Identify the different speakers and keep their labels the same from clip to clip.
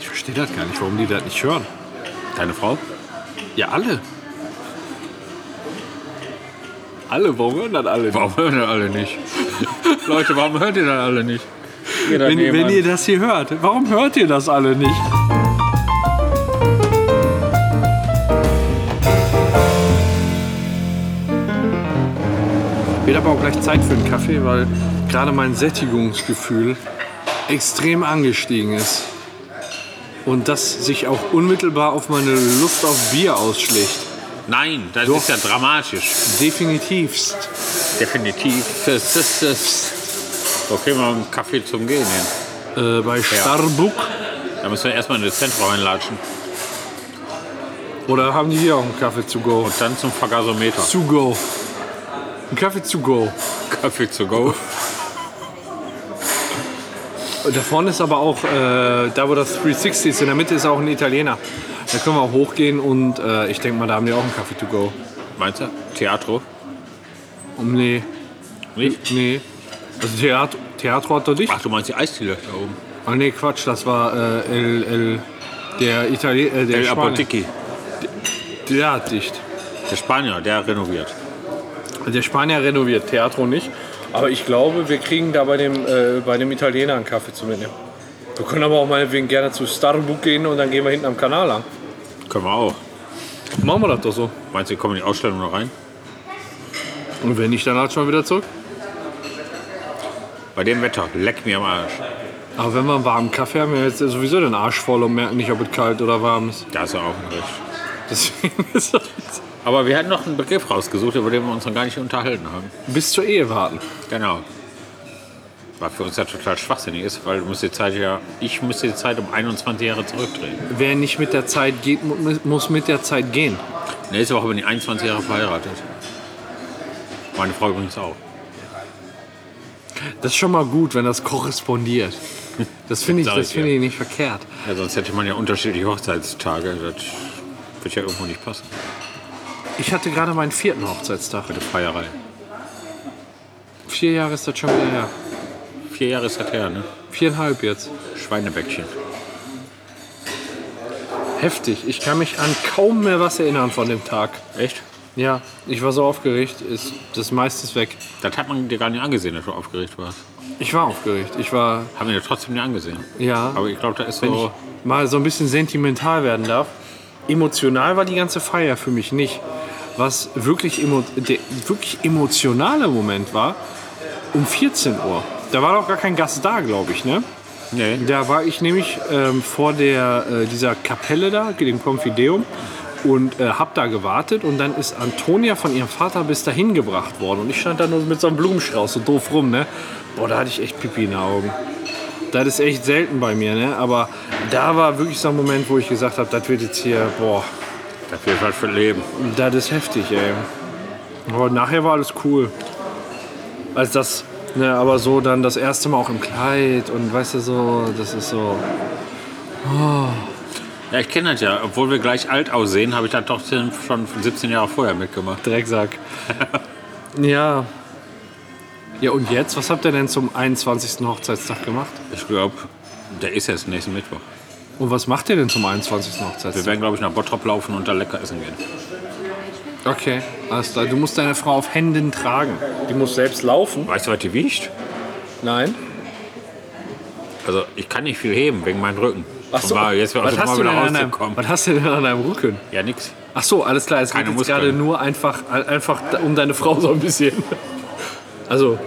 Speaker 1: verstehe das gar nicht, warum die das nicht hören.
Speaker 2: Deine Frau?
Speaker 1: Ja, alle. Alle, warum hören das alle? nicht?
Speaker 2: Warum hören denn alle nicht? Leute, warum hört ihr dann alle nicht? Ihr
Speaker 1: Wenn, wenn
Speaker 2: daneben.
Speaker 1: ihr das hier hört, warum hört ihr das alle nicht? Wird aber auch gleich Zeit für einen Kaffee, weil gerade mein Sättigungsgefühl extrem angestiegen ist. Und das sich auch unmittelbar auf meine Lust auf Bier ausschlägt.
Speaker 2: Nein, das ist ja dramatisch.
Speaker 1: Definitivst.
Speaker 2: Definitiv. Das, das, das. Okay, mal einen Kaffee zum Gehen hin.
Speaker 1: Äh, bei Starbuck.
Speaker 2: Da müssen wir erstmal in das Zentrum reinlatschen.
Speaker 1: Oder haben die hier auch einen Kaffee zu go?
Speaker 2: Und dann zum Vergasometer.
Speaker 1: To go. Ein Kaffee to go.
Speaker 2: Kaffee to go.
Speaker 1: Und da vorne ist aber auch, äh, da wo das 360 ist, in der Mitte ist auch ein Italiener. Da können wir auch hochgehen und äh, ich denke mal, da haben die auch einen Kaffee to go.
Speaker 2: Meinst du? Theatro?
Speaker 1: Um, nee,
Speaker 2: Nicht?
Speaker 1: nee. Also Theater, Theater hat er nicht.
Speaker 2: Ach, du meinst die Eisdiele da oben?
Speaker 1: Ah nee, Quatsch, das war äh, El, El, der Italiener, äh, der
Speaker 2: El
Speaker 1: Spanier.
Speaker 2: Apotheki.
Speaker 1: Der hat dicht.
Speaker 2: Der Spanier, der renoviert.
Speaker 1: Also Der Spanier renoviert, Teatro nicht. Aber ich glaube, wir kriegen da bei dem, äh, bei dem Italiener einen Kaffee zu mitnehmen. Wir können aber auch meinetwegen gerne zu Starbuck gehen und dann gehen wir hinten am Kanal lang.
Speaker 2: Können wir auch.
Speaker 1: Machen wir das doch so.
Speaker 2: Meinst du, wir kommen in die Ausstellung noch rein?
Speaker 1: Und wenn nicht, dann halt schon wieder zurück.
Speaker 2: Bei dem Wetter, leck mir am Arsch.
Speaker 1: Aber wenn wir einen warmen Kaffee haben, haben wir jetzt sowieso den Arsch voll und merken nicht, ob es kalt oder warm ist.
Speaker 2: Da ist ja auch ein Recht.
Speaker 1: Deswegen ist das
Speaker 2: Aber wir hatten noch einen Begriff rausgesucht, über den wir uns noch gar nicht unterhalten haben.
Speaker 1: bis zur Ehe warten.
Speaker 2: Genau. Was für uns ja total schwachsinnig ist, weil du musst die Zeit ja, ich müsste die Zeit um 21 Jahre zurückdrehen.
Speaker 1: Wer nicht mit der Zeit geht, mu- muss mit der Zeit gehen.
Speaker 2: Nächste Woche bin ich 21 Jahre verheiratet. Meine Frau übrigens auch.
Speaker 1: Das ist schon mal gut, wenn das korrespondiert. Das finde ich,
Speaker 2: Sag ich
Speaker 1: das finde
Speaker 2: dir.
Speaker 1: ich nicht verkehrt.
Speaker 2: Ja, sonst hätte man ja unterschiedliche Hochzeitstage. Das wird ja irgendwo nicht passen.
Speaker 1: Ich hatte gerade meinen vierten Hochzeitstag.
Speaker 2: Mit der Feierei.
Speaker 1: Vier Jahre ist das schon wieder her.
Speaker 2: Vier Jahre ist das her, ne?
Speaker 1: Viereinhalb jetzt.
Speaker 2: Schweinebäckchen.
Speaker 1: Heftig. Ich kann mich an kaum mehr was erinnern von dem Tag.
Speaker 2: Echt?
Speaker 1: Ja, ich war so aufgeregt, ist das meiste ist weg.
Speaker 2: Das hat man dir gar nicht angesehen, dass du aufgeregt warst.
Speaker 1: Ich war aufgeregt. Ich war,
Speaker 2: Haben wir dir trotzdem nicht angesehen.
Speaker 1: ja,
Speaker 2: Aber ich glaube, da ist
Speaker 1: wenn
Speaker 2: so.
Speaker 1: ich mal so ein bisschen sentimental werden darf. Emotional war die ganze Feier für mich nicht. Was wirklich, emo der wirklich emotionale Moment war, um 14 Uhr. Da war doch gar kein Gast da, glaube ich, ne?
Speaker 2: Nee.
Speaker 1: Da war ich nämlich ähm, vor der, äh, dieser Kapelle da, dem Konfideum, und äh, hab da gewartet. Und dann ist Antonia von ihrem Vater bis dahin gebracht worden. Und ich stand da nur mit so einem Blumenstrauß so doof rum, ne? Boah, da hatte ich echt Pipi in den Augen. Das ist echt selten bei mir, ne? Aber da war wirklich so ein Moment, wo ich gesagt habe, das wird jetzt hier, boah,
Speaker 2: Das wird was für Leben.
Speaker 1: das ist heftig, ey. Aber nachher war alles cool. Also das, ne, aber so dann das erste Mal auch im Kleid und weißt du so, das ist so,
Speaker 2: Ja, ich kenne das ja. Obwohl wir gleich alt aussehen, habe ich das doch schon 17 Jahre vorher mitgemacht.
Speaker 1: Drecksack. ja. Ja, und jetzt? Was habt ihr denn zum 21. Hochzeitstag gemacht?
Speaker 2: Ich glaube, der ist jetzt nächsten Mittwoch.
Speaker 1: Und was macht ihr denn zum 21.
Speaker 2: Wir
Speaker 1: Hochzeitstag?
Speaker 2: werden, glaube ich, nach Bottrop laufen und da lecker essen gehen.
Speaker 1: Okay, alles klar. Du musst deine Frau auf Händen tragen. Die muss selbst laufen?
Speaker 2: Weißt du, was die wiegt?
Speaker 1: Nein.
Speaker 2: Also, ich kann nicht viel heben wegen meinem Rücken. Von daher, Jetzt wird
Speaker 1: was,
Speaker 2: also
Speaker 1: hast
Speaker 2: mal
Speaker 1: du denn
Speaker 2: wieder
Speaker 1: an deinem,
Speaker 2: rauszukommen.
Speaker 1: was hast du denn an deinem Rücken?
Speaker 2: Ja, nix.
Speaker 1: Ach so, alles klar. Es geht
Speaker 2: Keine
Speaker 1: jetzt
Speaker 2: Muskeln.
Speaker 1: gerade nur einfach, einfach da- um deine Frau so ein bisschen. Also,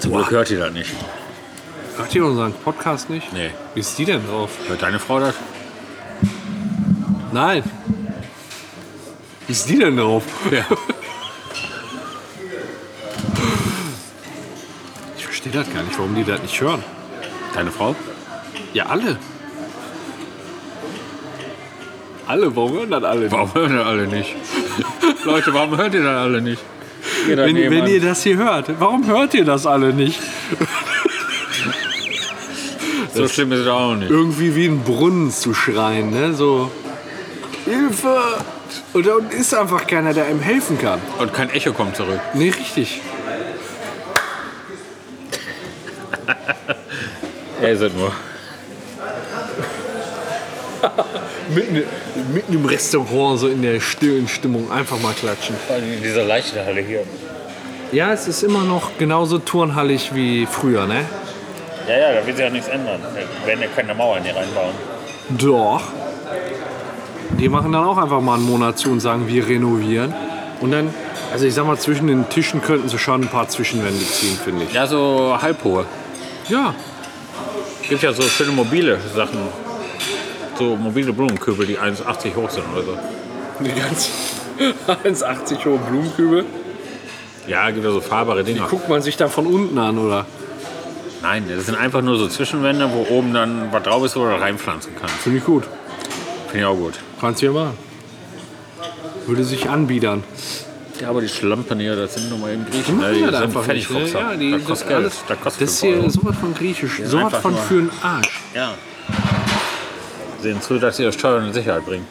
Speaker 2: Zum Glück hört ihr das nicht.
Speaker 1: hört ihr unseren Podcast nicht?
Speaker 2: Nee.
Speaker 1: Wie ist die denn drauf?
Speaker 2: Hört deine Frau das?
Speaker 1: Nein. Wie ist die denn drauf?
Speaker 2: Ja.
Speaker 1: Ich verstehe das gar nicht, warum die das nicht hören.
Speaker 2: Deine Frau?
Speaker 1: Ja, alle. Alle, warum hören das alle?
Speaker 2: Warum hören denn alle nicht? Leute, warum hört ihr dann alle nicht? Ihr
Speaker 1: Wenn,
Speaker 2: daneben
Speaker 1: wenn
Speaker 2: an.
Speaker 1: ihr das hier hört, warum hört ihr das alle nicht?
Speaker 2: so schlimm ist es auch nicht.
Speaker 1: Irgendwie wie ein Brunnen zu schreien, ne? So, Hilfe! Und da unten ist einfach keiner, der einem helfen kann.
Speaker 2: Und kein Echo kommt zurück.
Speaker 1: Nee, richtig.
Speaker 2: Er ist es nur.
Speaker 1: Mitten, mitten im Restaurant, so in der stillen Stimmung, einfach mal klatschen.
Speaker 2: In dieser Leichenhalle hier.
Speaker 1: Ja, es ist immer noch genauso turnhallig wie früher, ne?
Speaker 2: Ja, ja, da will sich ja nichts ändern. Da werden ja keine Mauern hier reinbauen.
Speaker 1: Doch. Die machen dann auch einfach mal einen Monat zu und sagen, wir renovieren. Und dann, also ich sag mal, zwischen den Tischen könnten sie schon ein paar Zwischenwände ziehen, finde ich.
Speaker 2: Ja, so halbhohe.
Speaker 1: Ja,
Speaker 2: Gibt ja so schöne mobile Sachen. So mobile Blumenkübel, die 1,80 hoch sind oder so.
Speaker 1: die ganz 1,80 hohe Blumenkübel.
Speaker 2: Ja, gibt ja so fahrbare Dinger.
Speaker 1: Guckt man sich dann von unten an, oder?
Speaker 2: Nein, das sind einfach nur so Zwischenwände, wo oben dann was drauf ist, wo du reinpflanzen kannst.
Speaker 1: Finde ich gut.
Speaker 2: Finde ich auch gut.
Speaker 1: Kannst du ja machen. Würde sich anbiedern.
Speaker 2: Ja, aber die Schlampen hier, das sind nur mal eben Griechen.
Speaker 1: Die machen
Speaker 2: ne?
Speaker 1: das
Speaker 2: sind
Speaker 1: einfach nicht. Ne?
Speaker 2: Fertigfuchser.
Speaker 1: Ja, die,
Speaker 2: das
Speaker 1: das,
Speaker 2: kostet Geld.
Speaker 1: alles,
Speaker 2: Das kostet
Speaker 1: das
Speaker 2: fünf
Speaker 1: hier
Speaker 2: Euro.
Speaker 1: ist sowas von griechisch, sowas
Speaker 2: einfach
Speaker 1: von
Speaker 2: nur-
Speaker 1: für den Arsch.
Speaker 2: Ja. Sehen zu, dass sie das Steuern in Sicherheit bringen.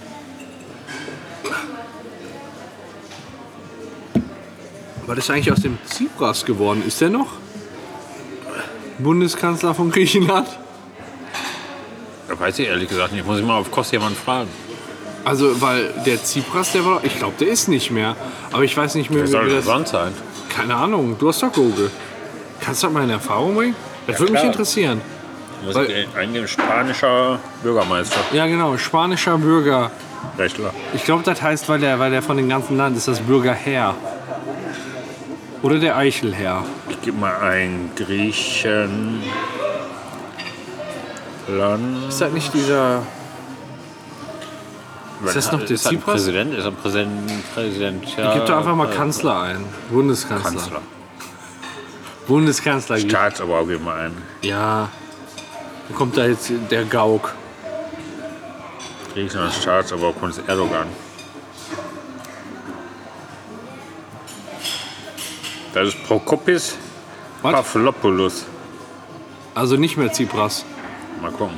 Speaker 1: Was ist eigentlich aus dem Tsipras geworden? Ist der noch? Bundeskanzler von Griechenland?
Speaker 2: Da weiß ich ehrlich gesagt nicht. Muss ich mal auf Kost jemanden fragen.
Speaker 1: Also, weil der Tsipras, der war doch, ich glaube, der ist nicht mehr. Aber ich weiß nicht mehr,
Speaker 2: Wer soll
Speaker 1: wie
Speaker 2: das
Speaker 1: das.
Speaker 2: sonst sein?
Speaker 1: Keine Ahnung, du hast doch Google. Kannst du das mal in Erfahrung bringen? Das
Speaker 2: Ja,
Speaker 1: würde mich
Speaker 2: klar.
Speaker 1: interessieren.
Speaker 2: Das
Speaker 1: Weil-
Speaker 2: ist ein spanischer Bürgermeister.
Speaker 1: Ja, genau, spanischer Bürger.
Speaker 2: Rechtler.
Speaker 1: Ich glaube, das heißt, weil der, weil der von dem ganzen Land ist, das Bürgerherr. Oder der Eichelherr.
Speaker 2: Ich gebe mal ein Griechenland.
Speaker 1: Ist das nicht dieser.
Speaker 2: Ist
Speaker 1: das noch der
Speaker 2: ist das ein
Speaker 1: Tsipras?
Speaker 2: Präsident? Ist das ein Präsident? Präsident ja,
Speaker 1: Gib doch einfach mal
Speaker 2: äh,
Speaker 1: Kanzler ein. Bundeskanzler.
Speaker 2: Kanzler.
Speaker 1: Bundeskanzler. gibt-
Speaker 2: Staatsoberhaupt geben wir ein.
Speaker 1: Ja. Dann kommt da jetzt der Gauk.
Speaker 2: Griechenland Staatsoberhaupt uns Erdogan. Das ist Prokopis
Speaker 1: Was?
Speaker 2: Pavlopoulos.
Speaker 1: Also nicht mehr Tsipras.
Speaker 2: Mal gucken.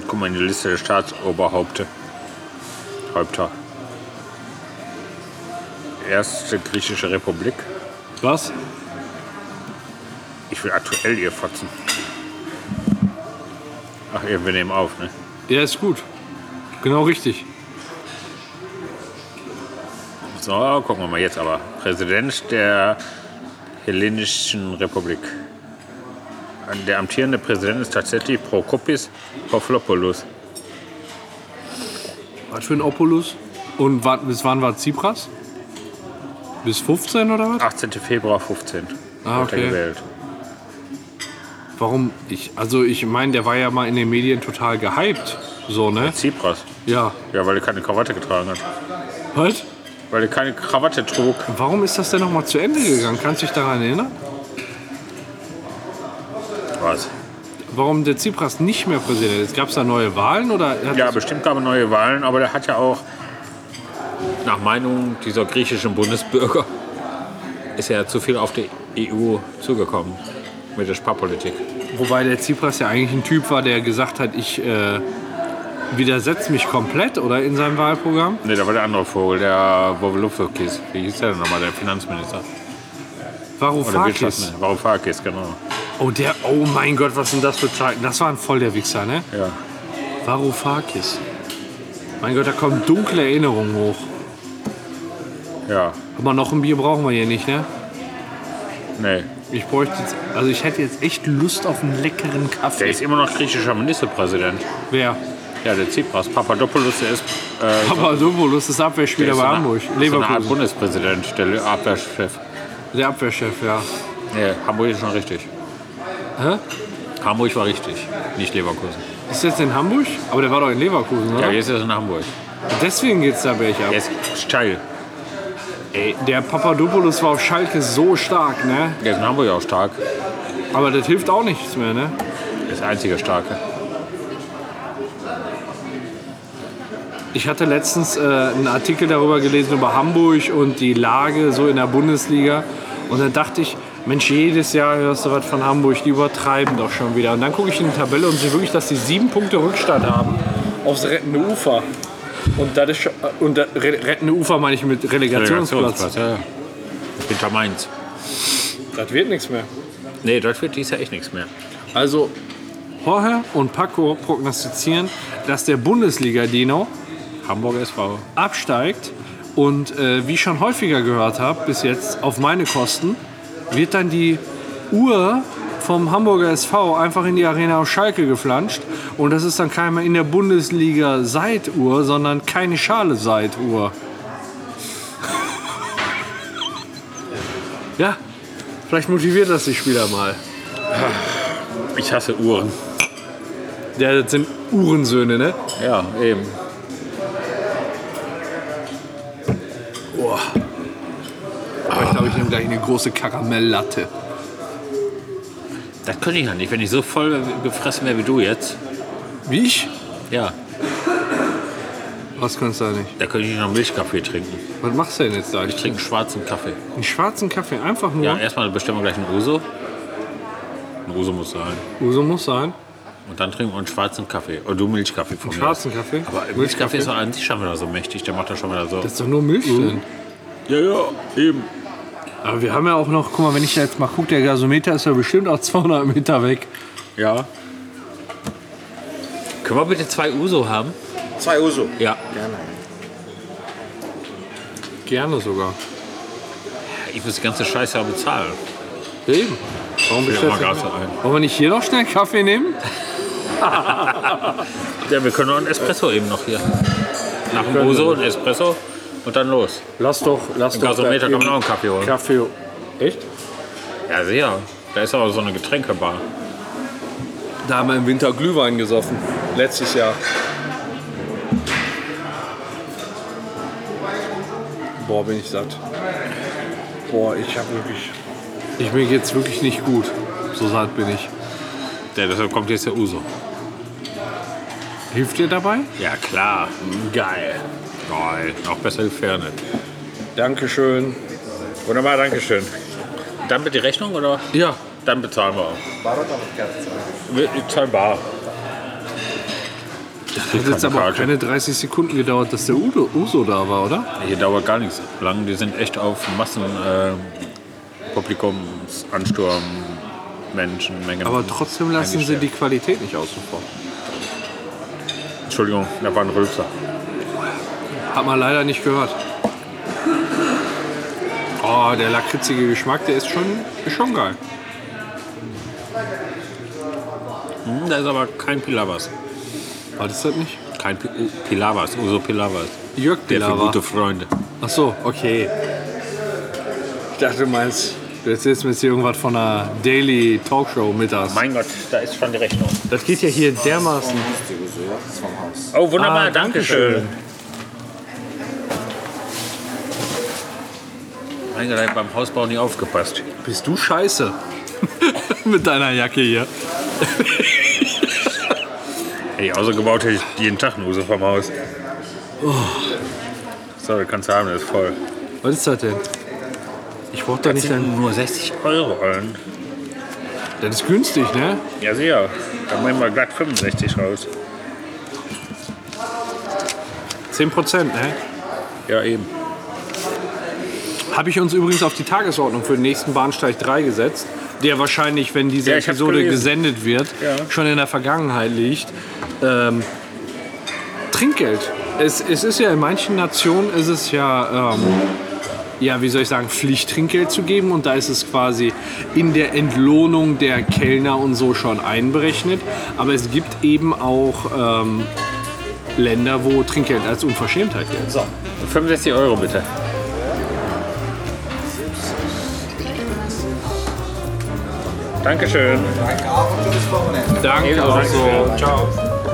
Speaker 2: Ich guck mal in die Liste der Staatsoberhaupte. Häupter. Erste griechische Republik.
Speaker 1: Was?
Speaker 2: Ich will aktuell ihr fotzen. Ach, ihr, wir nehmen auf, ne?
Speaker 1: Ja, ist gut. Genau richtig.
Speaker 2: So, gucken wir mal jetzt aber. Präsident der Hellenischen Republik. Der amtierende Präsident ist tatsächlich Prokopis Pavlopoulos.
Speaker 1: Was für ein Opulus? Und wat, bis wann war Tsipras? Bis 15 oder was?
Speaker 2: 18. Februar 15.
Speaker 1: Ah,
Speaker 2: Wurde er
Speaker 1: okay.
Speaker 2: gewählt.
Speaker 1: Warum? Ich, also ich meine, der war ja mal in den Medien total gehypt. So, ne?
Speaker 2: Tsipras.
Speaker 1: Ja.
Speaker 2: Ja, weil er keine Krawatte getragen hat.
Speaker 1: Was?
Speaker 2: Weil er keine Krawatte trug.
Speaker 1: Warum ist das denn nochmal zu Ende gegangen? Kannst du dich daran erinnern?
Speaker 2: Was?
Speaker 1: Warum der Tsipras nicht mehr Präsident ist? Gab es da neue Wahlen oder hat
Speaker 2: Ja, bestimmt gab es neue Wahlen, aber der hat ja auch, nach Meinung dieser griechischen Bundesbürger, ist er zu viel auf die EU zugekommen mit der Sparpolitik.
Speaker 1: Wobei der Tsipras ja eigentlich ein Typ war, der gesagt hat, ich äh, widersetze mich komplett, oder in seinem Wahlprogramm?
Speaker 2: Ne, da war der andere Vogel, der Wovlufokis. Wie hieß der denn nochmal, der Finanzminister? Oder
Speaker 1: Varoufakis.
Speaker 2: Wirtschaftsminister. Varoufakis, genau.
Speaker 1: Oh, der, oh mein Gott, was sind das für Zeiten? Das war ein voll der Wichser, ne?
Speaker 2: Ja.
Speaker 1: Varoufakis. Mein Gott, da kommen dunkle Erinnerungen hoch.
Speaker 2: Ja.
Speaker 1: Aber noch ein Bier brauchen wir hier nicht, ne?
Speaker 2: Nee.
Speaker 1: Ich bräuchte jetzt, also ich hätte jetzt echt Lust auf einen leckeren Kaffee.
Speaker 2: Der ist immer noch griechischer Ministerpräsident.
Speaker 1: Wer?
Speaker 2: Ja, der Tsipras. Papadopoulos, der ist. Äh,
Speaker 1: Papadopoulos ist
Speaker 2: der
Speaker 1: Abwehrspieler
Speaker 2: ist
Speaker 1: bei
Speaker 2: so eine-
Speaker 1: Hamburg.
Speaker 2: ist So eine Art
Speaker 1: Leverkusen.
Speaker 2: Bundespräsident, der Le- Abwehrchef.
Speaker 1: Der Abwehrchef, ja.
Speaker 2: Nee, Hamburg ist schon richtig.
Speaker 1: Hä?
Speaker 2: Hamburg war richtig, nicht Leverkusen.
Speaker 1: Ist jetzt in Hamburg? Aber der war doch in Leverkusen,
Speaker 2: Ja,
Speaker 1: oder?
Speaker 2: jetzt ist es in Hamburg.
Speaker 1: Deswegen geht's da welche ab.
Speaker 2: Der ist steil.
Speaker 1: Ey, der Papadopoulos war auf Schalke so stark, ne?
Speaker 2: Der ist in Hamburg auch stark.
Speaker 1: Aber das hilft auch nichts mehr, ne?
Speaker 2: Der ist der einzige Starke.
Speaker 1: Ich hatte letztens äh, einen Artikel darüber gelesen über Hamburg und die Lage so in der Bundesliga. Und dann dachte ich, Mensch, jedes Jahr hörst du was von Hamburg, die übertreiben doch schon wieder. Und dann gucke ich in die Tabelle und sehe wirklich, dass die sieben Punkte Rückstand haben aufs rettende Ufer. Und das ist schon, äh, und das re- rettende Ufer meine ich mit Relegationsplatz.
Speaker 2: Ja, ja. Hinter Mainz.
Speaker 1: Das wird nichts mehr.
Speaker 2: Nee, dort wird dies ja echt nichts mehr.
Speaker 1: Also Jorge und Paco prognostizieren, dass der Bundesliga-Dino
Speaker 2: Hamburger SV.
Speaker 1: absteigt und äh, wie ich schon häufiger gehört habe, bis jetzt auf meine Kosten, wird dann die Uhr vom Hamburger SV einfach in die Arena auf Schalke geflanscht und das ist dann keine in der Bundesliga Seituhr, sondern keine Schale Seituhr. ja, vielleicht motiviert das die Spieler mal.
Speaker 2: Ich hasse Uhren.
Speaker 1: Ja, das sind Uhrensöhne, ne?
Speaker 2: Ja, eben.
Speaker 1: Boah. Aber ich glaube, ich nehme gleich eine große Karamelllatte.
Speaker 2: Das könnte ich ja nicht, wenn ich so voll gefressen wäre wie du jetzt.
Speaker 1: Wie ich?
Speaker 2: Ja,
Speaker 1: Was kannst du da nicht?
Speaker 2: da könnte ich noch Milchkaffee trinken.
Speaker 1: Was machst du denn jetzt da?
Speaker 2: Ich trinke schwarzen Kaffee.
Speaker 1: Einen schwarzen Kaffee, einfach nur.
Speaker 2: Ja, erstmal bestellen wir gleich einen Uso. Ein Uso muss sein.
Speaker 1: Uso muss sein.
Speaker 2: Und dann trinken wir einen schwarzen Kaffee. Oder du Milchkaffee von mir.
Speaker 1: Schwarzen Kaffee.
Speaker 2: Aber Milchkaffee, Milchkaffee ist doch an sich schon wieder so mächtig. Der macht das schon wieder so.
Speaker 1: Das ist doch nur Milch drin.
Speaker 2: ja, ja, eben.
Speaker 1: Aber wir haben ja auch noch, guck mal, wenn ich da jetzt mal gucke, der Gasometer ist ja bestimmt auch 200 Meter weg.
Speaker 2: Ja. Können wir bitte zwei Uso haben?
Speaker 3: Zwei Uso.
Speaker 2: Ja.
Speaker 3: Gerne.
Speaker 1: Gerne sogar.
Speaker 2: Ich muss die ganze Scheiße ja bezahlen.
Speaker 1: Eben. Warum
Speaker 2: Ich mal
Speaker 1: bestellst
Speaker 2: Gas
Speaker 1: du?
Speaker 2: ein.
Speaker 1: Wollen wir nicht hier noch schnell einen Kaffee nehmen?
Speaker 2: Ja, wir können noch einen Espresso eben noch hier. Nach dem Uso einen Espresso und dann los.
Speaker 1: Lass doch, lass
Speaker 2: Im Gasometer kann man auch einen Kaffee holen.
Speaker 1: Kaffee. Echt?
Speaker 2: Ja, sicher. Da ist aber so eine Getränkebar.
Speaker 1: Da haben wir im Winter Glühwein gesoffen. Letztes Jahr. Boah, bin ich satt. Boah, ich hab wirklich. Ich mir geht's wirklich nicht gut. So satt bin ich.
Speaker 2: Ja, deshalb kommt jetzt der Uso.
Speaker 1: Hilft dir dabei?
Speaker 2: Ja, klar. Geil. Geil. Auch besser gefährdet.
Speaker 1: Dankeschön.
Speaker 2: Wunderbar, danke schön. Dann bitte die Rechnung oder?
Speaker 1: Ja,
Speaker 2: Dann bezahlen wir auch. Wir wir zahlen bar.
Speaker 1: das hat jetzt
Speaker 2: keine
Speaker 1: aber auch
Speaker 2: Karte.
Speaker 1: keine 30 Sekunden gedauert, dass der Udo, Uso da war, oder?
Speaker 2: Hier dauert gar nichts lang. Die sind echt auf Massen, äh, Publikumsansturm, Menschen, Mengen.
Speaker 1: Aber trotzdem lassen sie
Speaker 2: eingestellt.
Speaker 1: die Qualität nicht außen vor.
Speaker 2: Entschuldigung, da war ein Rülpser.
Speaker 1: Hat man leider nicht gehört. Oh, der lakritzige Geschmack, der ist schon, ist schon geil.
Speaker 2: Hm, da ist aber kein Pilavas.
Speaker 1: War das das nicht?
Speaker 2: Kein Pi äh, Pilavas, Uso Pilavas.
Speaker 1: Jörg
Speaker 2: Der für
Speaker 1: Pilawa.
Speaker 2: gute Freunde.
Speaker 1: Ach so, okay. Ich dachte, du meinst, du erzählst mir jetzt hier irgendwas von einer Daily Talkshow mittags.
Speaker 2: Mein Gott, da ist schon die Rechnung.
Speaker 1: Das geht ja hier dermaßen.
Speaker 3: Das ist die Uso, ja. Das ist vom Haus.
Speaker 2: Oh, wunderbar,
Speaker 1: Ah,
Speaker 2: danke schön. Mein Gott, da hab ich beim Hausbau nicht aufgepasst.
Speaker 1: Bist du scheiße? Mit deiner Jacke hier.
Speaker 2: Hey, außer gebaut hätte ich jeden Tag eine Hose vom Haus. Oh. So, du kannst haben, das ist voll.
Speaker 1: Was ist das denn? Ich brauch da nicht dein.
Speaker 2: nur 60 Euro. Rollen.
Speaker 1: Das ist günstig, ne?
Speaker 2: Ja, sicher. Da machen wir glatt 65 raus.
Speaker 1: 10%, ne?
Speaker 2: Ja, eben.
Speaker 1: Habe ich uns übrigens auf die Tagesordnung für den nächsten Bahnsteig 3 gesetzt, der wahrscheinlich, wenn diese
Speaker 2: Ja, ich hab's
Speaker 1: Episode
Speaker 2: gelesen.
Speaker 1: gesendet wird,
Speaker 2: Ja.
Speaker 1: schon in der Vergangenheit liegt. Ähm, Trinkgeld. Es, es ist ja in manchen Nationen ist es ja, ähm, ja, wie soll ich sagen, Pflicht Trinkgeld zu geben und da ist es quasi in der Entlohnung der Kellner und so schon einberechnet. Aber es gibt eben auch ähm, Länder, wo Trinkgeld als Unverschämtheit gilt.
Speaker 2: 65 Euro bitte. Dankeschön.
Speaker 3: Danke auch und gutes Wochenende.
Speaker 1: Danke,
Speaker 2: Ebenso,
Speaker 1: also.
Speaker 2: Dankeschön.
Speaker 1: Ciao.